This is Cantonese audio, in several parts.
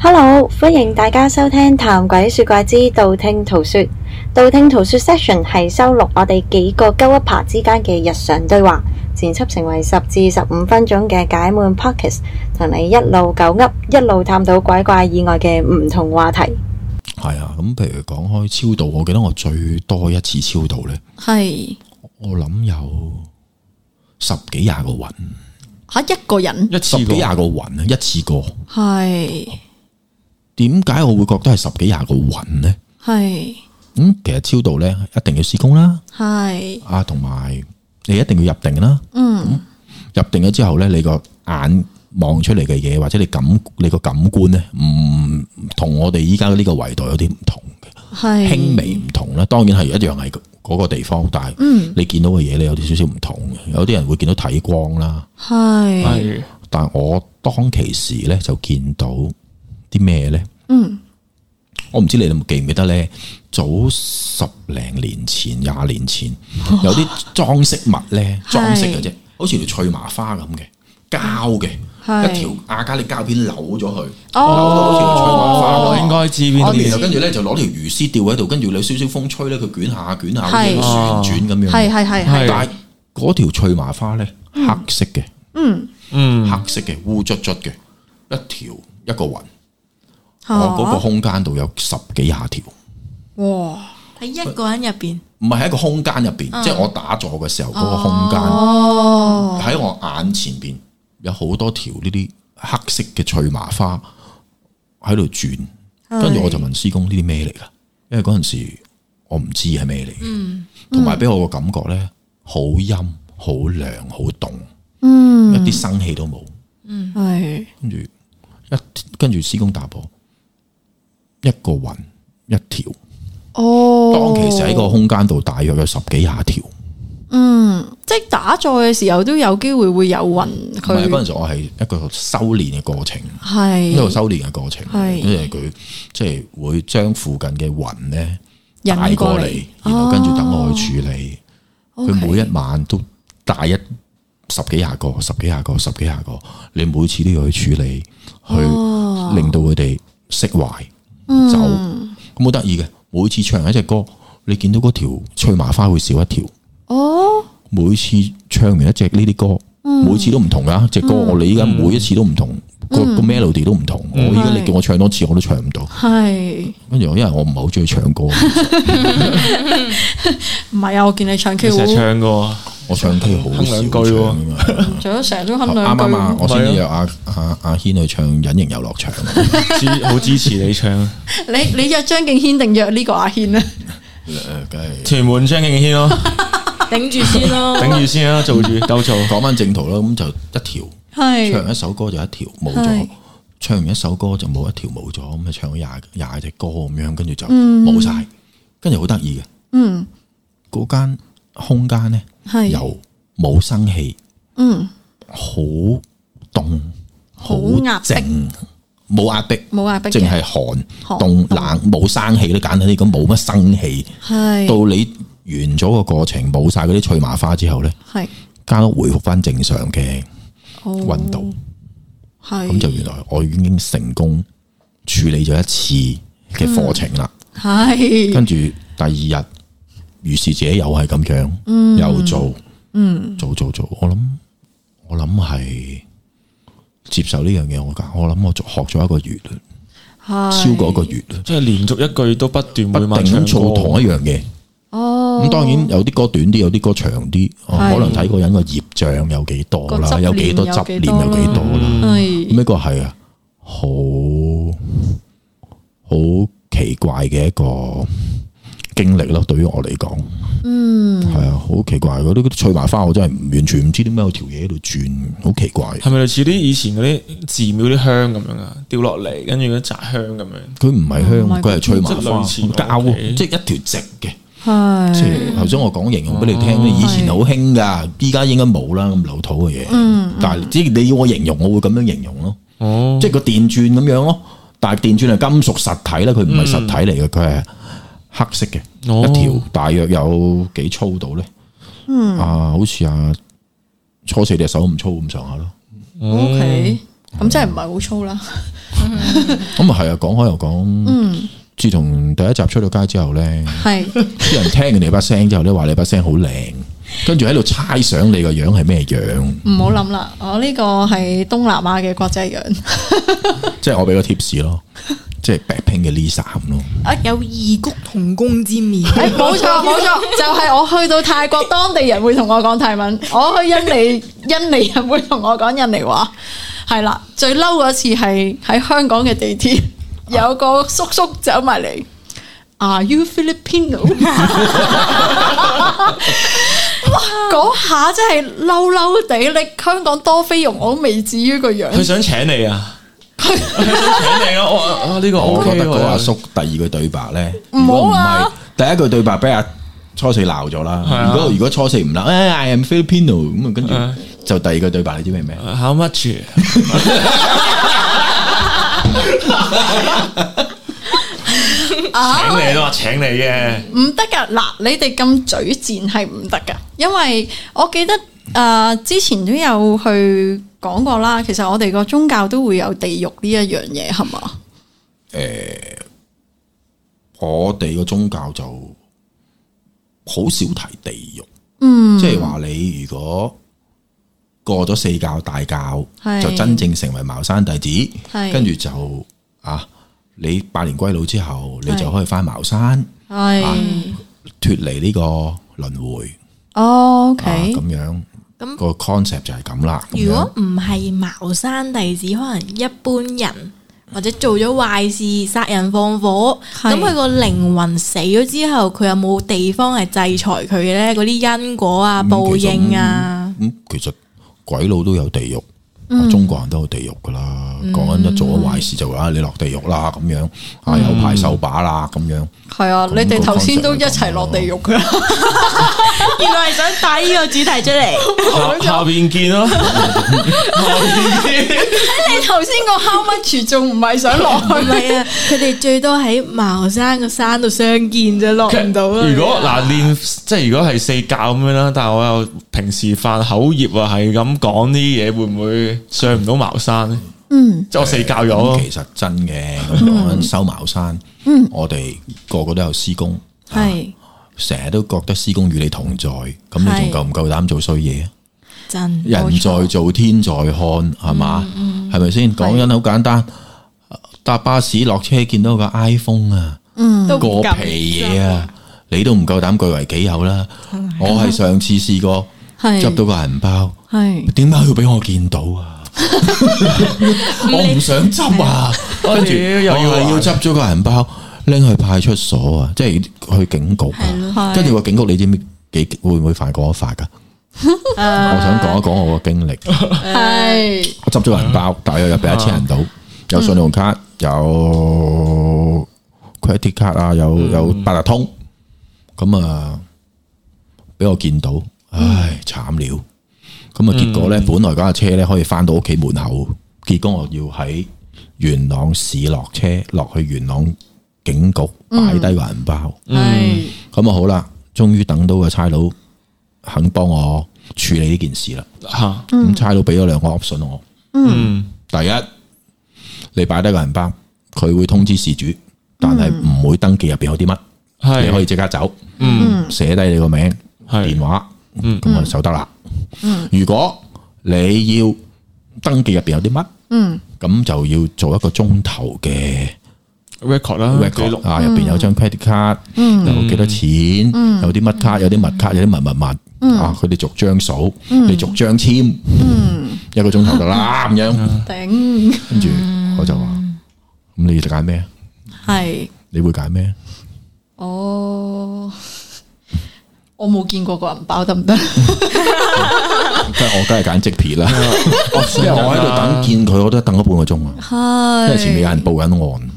Hello，歡迎大家收聽《談鬼說怪之道聽途說》。道聽途說 session 係收錄我哋幾個鳩一拍之間嘅日常對話，剪輯成為十至十五分鐘嘅解悶 podcast，同你一路狗噏，一路探討鬼怪以外嘅唔同話題。係啊，咁譬如講開超度，我記得我最多一次超度咧，係我諗有十幾廿個魂，吓一個人一十次幾過廿個魂啊，一次過。係點解我會覺得係十幾廿個魂呢？係咁、其實超度咧一定要施工啦，係啊，同埋你一定要入定啦。嗯入定咗之後咧，你個眼望出嚟嘅嘢，或者你感你個感官咧，唔同我哋依家呢個維度有啲唔同嘅。係輕微唔同啦，當然係一樣係嗰個地方，但嗯係你見到嘅嘢咧有啲少少唔同嘅，有啲人會見到睇光啦，係係但係我當其時咧就見到啲咩咧？嗯我唔知你哋記唔記得咧？早十零年前、廿年前，有 啲裝飾物咧，係裝飾嘅啫，好似條翠麻花咁嘅膠嘅，係一條亞加力膠片扭咗佢，我應哦該知邊咁啲啊然後跟住咧就攞條魚絲吊喺度，跟住你有少少風吹咧，佢捲下捲下，好似係喺度旋轉咁樣。係係係係係啊但係嗰條翠麻花咧，黑色嘅，嗯黑色嘅，烏卒卒嘅，一條一個雲，哦我嗰個空間度有十幾廿條，哇喺一個人入邊唔係喺一個空間入邊，即係我打坐嘅時候嗰個空間嗯哦喺我眼前邊有好多條呢啲黑色嘅翠麻花喺度轉，跟住我就問師公呢啲咩嚟噶？因為嗰陣時我唔知係咩嚟嘅，嗯同埋俾我個感覺咧好陰、好涼、好凍，嗯一啲生氣都冇。係跟住一跟住施工打破一個雲一條，哦當其時喺個空間度大約有十幾廿條。嗯即係打坐嘅時候都有機會會有暈同埋嗰陣佢時我係一個修練嘅過程，一個係修練嘅過程，係因為佢即係會將附近嘅雲咧引帶過過嚟嚟，哦然後跟住等我去處理。佢每一晚都帶一十幾廿個、十幾廿個、十幾廿個，你每次都要去處理，去哦令到佢哋釋懷嗯走，咁好得意嘅。每次唱一隻歌，你見到嗰條翠麻花會少一條。哦每次唱完一隻呢啲歌，每次都唔同噶，隻歌我哋依嗯家每一次都唔同，個個 melody 都唔同。我依家你叫我唱多次，我都唱唔到。係跟住我因為我唔係好中意唱歌，唔係啊我見你唱 K 你成日好唱噶，我唱 K 好哼少兩唱句喎㗎嘛仲有成日都哼兩啱句啱啊！我先係至啊約阿阿阿軒去唱隱形遊樂場，啊 支好支持你唱， 你你約張敬軒定約呢個阿軒咧？誒梗係屯門張敬軒咯，顶住先咯。 頂住先啦，做住夠做， 講翻正途啦。咁就一條係唱一首歌就一條冇咗嗯係，唱完一首歌就冇一條冇咗，咁啊唱咗廿廿隻歌咁樣，跟住就冇晒。跟住好得意嘅，嗯嗰間空間咧係又冇生氣，嗯好凍，好好壓迫靜，冇壓迫，冇壓迫嘅淨係寒寒凍冷，冇生氣都簡單啲講，冇乜生氣。係到你完咗個過程冇晒嗰啲翠麻花之後咧，係間屋回復翻正常嘅運温度，係咁就原來我已經成功處理咗一次嘅課程啦。係跟住第二日，如是者又係咁樣，嗯又做，做做做，我諗我諗係接受呢樣嘢，我我諗我學咗一個月啦，係超過一個月啦，即係連續一句都不斷不每停晚咁唱歌做同一樣嘢。哦咁當然有啲歌短啲，有啲歌長啲，哦係可能睇個人個業障有幾多個啦，執有幾多念有執幾念多有幾多啦。咁係呢個係啊，好好奇怪嘅一個經歷咯。對於我嚟講，嗯，係啊，好奇怪嗰啲翠麻花，我真係完全唔知點解有條嘢喺度轉，好奇怪。係咪類似啲以前嗰啲寺廟啲香咁樣啊？掉落嚟，跟住嗰扎香咁樣，佢唔係香，唔係佢係翠麻即係花類似我屋膠，企即係一條直嘅。即係係頭先我講形容俾你聽，哦以前好興噶，依家應該冇啦咁老土嘅嘢。但係即係你要我形容，我會咁樣形容咯，哦，即係個電鑽咁樣咯。但係電鑽係金屬實體啦，佢唔係實體嚟嘅，佢係黑色嘅哦一條，大約有幾粗度咧？啊，好似啊，初四隻手咁粗咁上下咯。 OK，咁真係唔係好粗啦，咁啊係啊，講開又講，自從第一集出到街之後咧，係啲人聽完你把聲之後咧，話你把聲好靚，跟住喺度猜想你個樣係咩樣，唔好諗啦，我呢個係東南亞嘅國際樣，即係我俾個 tips 咯，即係 Blackpink 嘅 Lisa 咁咯。啊，有異曲同工之 妙。誒 冇錯冇錯，就係、我去到泰國，當地人會同我講泰文；我去印尼，印尼人會同我講印尼話。係啦，最嬲嗰次係喺香港嘅啊地鐵，有個叔叔走埋嚟，Are you Filipino？哇！嗰下真係嬲嬲地，你香港多菲傭我都未至於個樣。佢想請 你啊，佢想請你啊，我話啊呢個我 O 覺 K 得嗰個阿喎，叔第二句對白咧，唔如果好唔啊係第一句對白俾阿初四鬧咗啦。係啊如果如果初四唔鬧，哎，I am Filipino 咁啊，跟住嗯就第二句對白，你知唔知咩？考乜 住？啊請你都話請你嘅，唔得噶，嗱，你哋咁嘴賤係唔得噶，因為我記得誒、呃之前都有去講過啦。其實我哋個宗教都會有地獄呢一樣嘢，係嘛？我哋個宗教就好少提地獄，嗯，即係話你如果過咗四教大教，係就真正成為茅山弟子，係跟住就啊，你百年歸老之後，你就係可以翻茅山，係、啊脱離呢個輪迴哦，OK，啊，咁樣咁個 concept 就係咁啦。咁樣如果唔係茅山弟子，可能一般人或者做咗壞事、殺人放火，係咁佢個靈魂死咗之後，佢有冇地方係制裁佢嘅咧？嗰啲因果嗯啊、報應啊，嗯咁其實鬼佬都有地獄，啊中國人都有地獄噶啦。講緊一做咗壞事就話啊你落地獄啦咁樣，啊有牌手把啦咁樣。係啊，咁你哋個頭先都 concept 一係咁齊落地 獄噶，原來係想帶呢個主題出 嚟。下下邊 見咯，下邊見。你頭先個 how much 仲唔係想落唔去？係啊，佢哋最多喺茅山個山度相見啫，哦落唔到啊。如果嗱練即係如果係四教咁樣啦，但係我又平時犯口業啊，係咁講啲嘢，會唔會上唔到茅山咧？嗯，即係我四教咗咯咁，其實真嘅，咁講緊收茅山，我哋個個都有師公，係成日都覺得師公與你同在，咁你仲係夠唔夠膽做衰嘢啊？真人在做，天在看，係嘛？嗯係咪先？講緊好簡單，搭巴士落車見到個 iPhone 啊，都個唔敢皮嘢啊，你都唔夠膽據為己有啦。我嗯係嗯上次試過係執到個銀包，係點解要俾我見到 啊？我唔想執啊，跟住哎呀我係要啊執咗個銀包拎去派出所啊，即係去警局係啊咯。跟住個警局，你知唔知幾會唔會犯過法噶？我想講一講我個經歷。嗯係我執咗個銀包，大約有俾一千人到，有信用卡，有 credit 卡啊，有有八達通，咁啊，俾我見到，唉，慘了。咁啊，結果咧，本來嗰架車咧可以翻到屋企門口，結果我要喺元朗市落車，落去元朗警局擺低個銀包。係咁啊好啦，終於等到個差佬肯幫我處理呢件事啦。吓，咁差佬俾咗兩個 option 我。嗯，第一，你擺低個銀包，佢會通知事主，但係唔會登記入邊有啲乜，你可以係，即刻走，嗯，寫低你個名、電係，話，嗯咁啊就得啦。如果你要登記入邊有啲乜，嗯咁就要做一個鐘頭嘅 record 啦，記 record 錄，啊，入邊有張 credit 卡，有幾多錢，有啲乜卡，有啲物卡，有啲物物物啊，佢哋逐張數，你逐張簽，一個鐘頭就啦咁樣。頂跟住嗯我就話：咁你揀咩？係你會揀咩？ 哦，我冇見過個銀包得唔得？梗係我梗係揀即皮 啦，因為我喺度等見佢，我都等咗半個鐘啊， 因為係前面有人報緊案，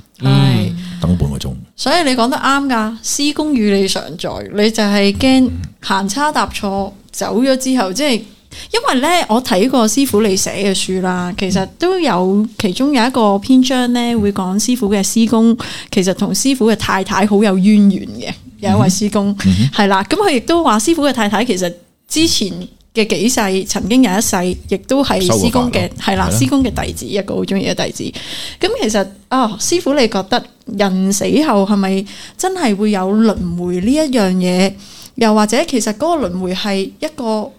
係。等咗半個鐘。所以你講得啱噶，施工與你常在，你就係驚行差踏錯，走咗之後，即係因為咧，我睇過師傅你寫嘅書啦，其實都有其中有一個篇章咧，會講師傅嘅施工，其實同師傅嘅太太好有嗯淵源嘅，有一位施工係啦，咁佢亦都話師傅嘅太太其實之前嘅幾世，曾經有一世，亦都係修過師公嘅法咯係啦係，啦師公嘅弟子，一個好中意嘅弟子。咁其實啊，師傅你覺得人死後係咪真係會有輪迴呢一樣嘢？又或者其實嗰個輪迴係一個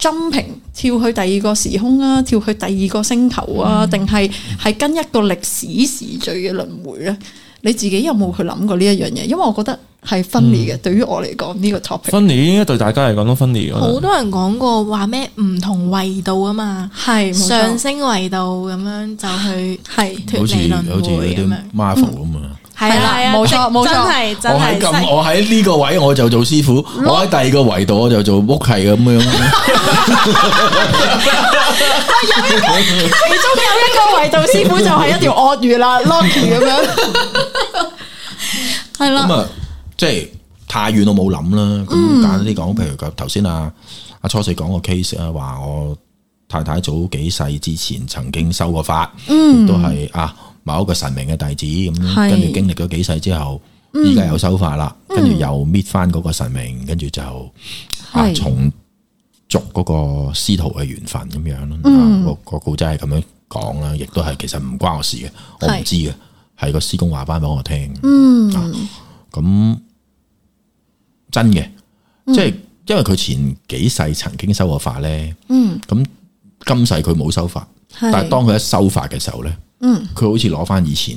jumping 跳去第二個時空啊，跳去第二個星球啊，定係係跟一個歷史時序嘅輪迴咧？你自己有冇去諗過呢一樣嘢？因為我覺得係分裂嘅，對於我嚟講呢個 topic 分離應該對大家嚟講都分離㗎好啦。多人講過話咩唔同維度啊嘛，係冇錯上升維度咁樣 就係去好脱似離輪好似迴嗰咁啲，樣 Marvel 咁啊。係係啦係啊冇錯真冇錯真係我真喺係咁，我喺呢個位我就做師傅，我喺第二個維度我就做屋契咁樣。其中有一個維度師傅就係一條鱷 魚啦，Lucky 咁樣。係咁啦，啊，即係太遠我冇諗啦。咁嗯簡單啲講，譬如佢頭先啊阿初四講個 case 啊，話我太太早幾世之前曾經修過法，亦都係啊某一個神明嘅弟子咁，嗯係嗯跟住經歷咗幾世之後，依家有修法啦，跟住又搣翻嗰個神明，跟住就啊係重續嗰個師徒嘅緣分咁樣咯。啊嗯個個古仔係咁樣講啦，亦都係其實唔關我事嘅，我唔係知嘅，係個師公話翻俾我聽。嗯，咁真嘅，嗯即係因為佢前幾世曾經修過法咧，嗯，咁今世佢冇修法，但係當佢一修法嘅時候咧，嗯，佢好似攞翻以前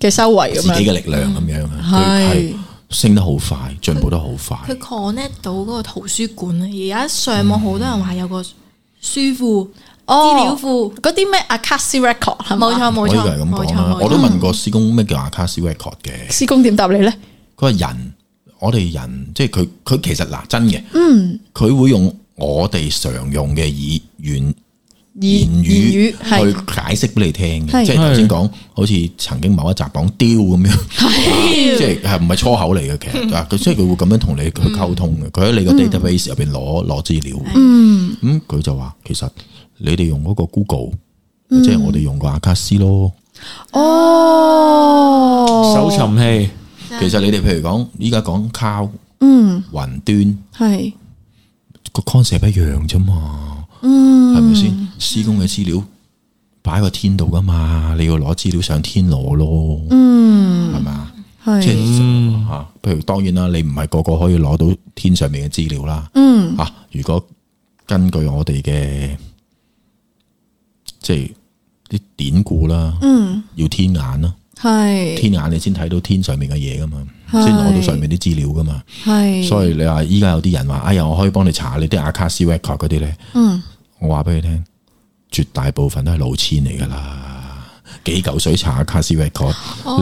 嘅修為咁自己樣，嗯嘅力量咁樣，啊佢係係升得好快，進步得好快佢，connect 到嗰個圖書館啊！而家上網好多人話有個書庫、資料庫，哦嗰啲咩 a k a s i record 係嘛冇錯我冇呢個錯係咁冇講錯啦。冇我都錯。問過師公咩叫阿卡西 record 嘅，師公點答你咧？佢話人，我哋人即係佢佢其實嗱真嘅，嗯，佢會用我哋常用嘅語言。言言語言語係去解釋俾你聽嘅，係即係頭先講，好似曾經某一集講雕咁樣， 即係係唔係粗口嚟嘅，其嗯實啊，佢即係佢會咁樣同你去溝通嘅，佢喺你個 database 入邊攞攞資料，嗯，咁佢就話其實你哋用嗰個 Google，即嗯係我哋用個阿卡斯咯，哦，搜尋器其實你哋譬如講依家講 cow 嗯雲端係個 concept 一樣啫嘛，嗯係咪先？施工嘅資料擺個天度噶嘛，你要攞資料上天攞咯，嗯係咪啊？即係嗯係啊，譬如當然啦，你唔係個個可以攞到天上面嘅資料啦。嗯啊，如果根據我哋嘅即係啲典故啦，嗯要天眼啦，係天眼你先睇到天上面嘅嘢噶嘛，係嗯先攞到上面啲資料噶嘛。係，所以你話依家有啲人話，哎呀，我可以幫你查你啲阿卡西 record 嗰啲咧，嗯我話俾你聽，絕大部分都係老千嚟噶啦，幾嚿水查阿卡西 record，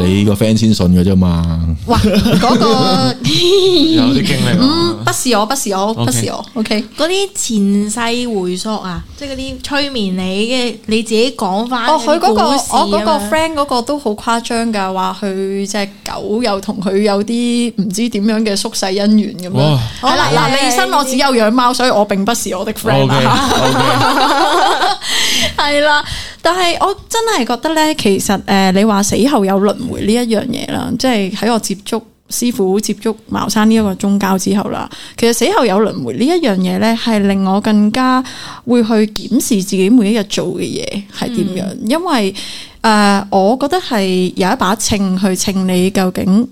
你哦個 friend 先信嘅啫嘛。哇嗰個有啲經歷啊，不是我不是我不是我，OK 嗰啲前世回溯啊，即係嗰啲催眠你嘅，你自己講翻哦，佢嗰、個個我嗰個 friend 嗰個都好誇張㗎，話佢只狗又同佢有啲唔知點樣嘅宿世姻緣咁樣哇。係啦，好啦嗱，利申我只有養貓，所以我並不是我的 O friend K 啊 O 係啦，但係我真係覺得咧，其實誒、呃你話死後有輪迴呢一樣嘢啦，即係喺我接觸師傅、接觸茅山呢一個宗教之後啦，其實死後有輪迴呢一樣嘢咧，係令我更加會去檢視自己每一日做嘅嘢係點樣，因為誒、呃我覺得係有一把秤去稱你究竟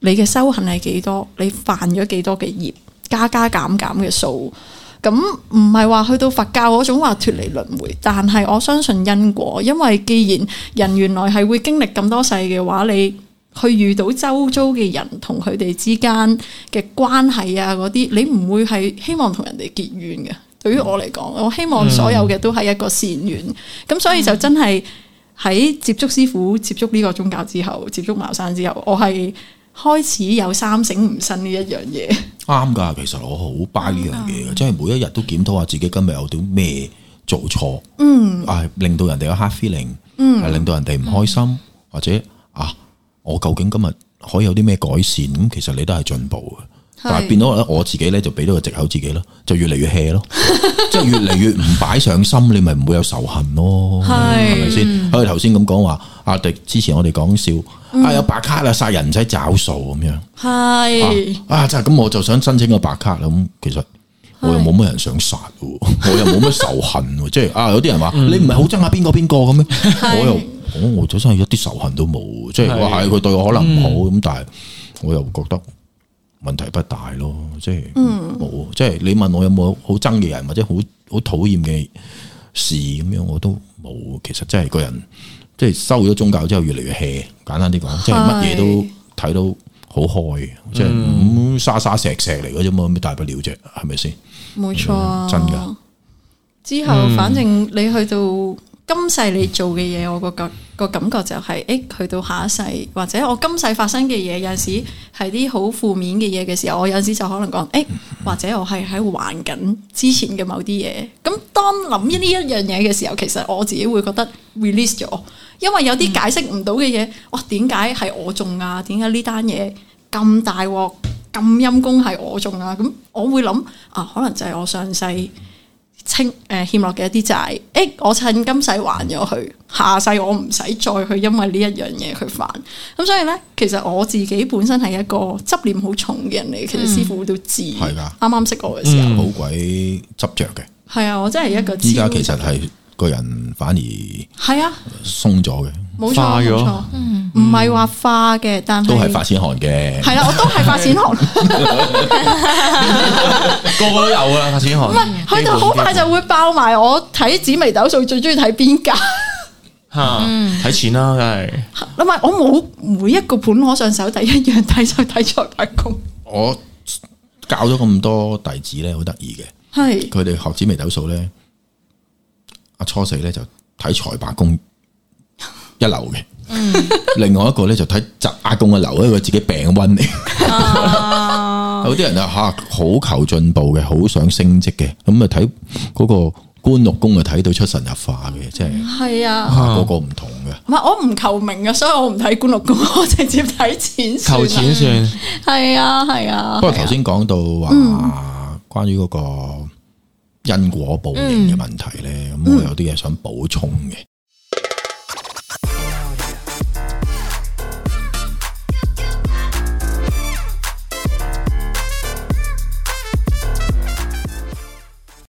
你嘅修行係幾多，你犯咗幾多嘅業，加加減減嘅數。咁唔係話去到佛教嗰種話脱離輪迴，但係我相信因果，因為既然人原來係會經歷咁多世嘅話，你去遇到周遭嘅人同佢哋之間嘅關係啊嗰啲，你唔會係希望同人哋結怨嘅。對於我嚟講，我希望所有嘅都係一個善緣。咁、所以就真係喺接觸師傅、接觸呢個宗教之後、接觸茅山之後，我係開始有三省吾身呢一樣嘢。啱噶，其實我好 buy 呢樣嘢嘅，即係每一日都檢討下自己今日有啲咩做錯，嗯，啊，令到人哋有 hard feeling，嗯，令到人哋唔開心，或者啊，我究竟今日可以有啲咩改善？咁其實你都係進步嘅，但係變到我自己咧就俾到個藉口自己咯，就越嚟越 hea 咯，即係越嚟越唔擺上心，你咪唔會有仇恨咯，係嗯咪先？好似頭先咁講話，阿迪之前我哋講笑，啊有白卡啦，殺人唔使找數咁樣。係啊啊，就係咁我就想申請個白卡啦。咁其實我又冇乜人想殺喎， 我又冇乜仇恨喎，即係啊有啲人話你唔係好憎下邊個邊個咁樣，我又我我真係一啲仇恨都冇喎，即係係話係佢對我可能唔好咁，但係我又覺得問題不大咯，即係冇，即係你問我有冇好憎嘅人或者好好討厭嘅事咁樣，我都冇，其實真係個人即係收咗宗教之後越嚟越 hea，簡單啲講，即係乜嘢都睇到。好開嘅，即係咁沙沙石石嚟嘅啫嘛，有咩大不了啫，係咪先？冇錯啊，嗯真㗎。之後，反正你去到今世你做嘅嘢，我個感個感覺就係、诶，去到下一世或者我今世發生嘅嘢，有陣時係啲好負面嘅嘢嘅時候，我有陣時就可能講，诶，或者我係喺度還緊之前嘅某啲嘢。咁當諗呢一樣嘢嘅時候，其實我自己會覺得 release 咗，因為有啲解釋唔到嘅嘢，哇，點解係我中啊？點解呢單嘢咁大鑊、咁陰公係我中啊？咁我會諗啊，可能就係我上世。清誒、呃欠落嘅一啲債，誒、我趁今世還咗佢，下世我唔使再去因為呢一樣嘢去煩。咁所以咧，其實我自己本身係一個執念好重嘅人嚟，其實師傅都知，係㗎啱啱識我嘅時候，好鬼執着嘅。係、啊，我真係一個依家超其實係個人反而係啊，鬆咗嘅，冇錯化咗冇錯，唔係話化嘅，但都係發錢寒嘅。係啦，我都係發展行。 個個都有啊，發展行。去到好嗯快就會爆埋。我睇紫微斗數最中意睇邊 間？吓嗯睇錢啦，梗係唔係我冇每一個盤攞上手，第一樣睇就睇財帛宮。我教咗咁多弟子咧，好得意嘅。係佢哋學紫微斗數咧，阿初四咧就睇財帛宮一流嘅，另外一個咧就睇疾厄宮一流，因為佢自己病瘟嚟。有啲人啊吓好求進步嘅，好想升職嘅，咁啊睇嗰個官祿宮啊睇到出神入化嘅，即係係啊，啊個個唔同嘅。唔係我唔求名嘅，所以我唔睇官禄宮，我直接睇錢算扣啦。錢算。係啊係啊不，過頭先講到話關於嗰個因果報應嘅問題咧，咁我有啲嘢想補充嘅。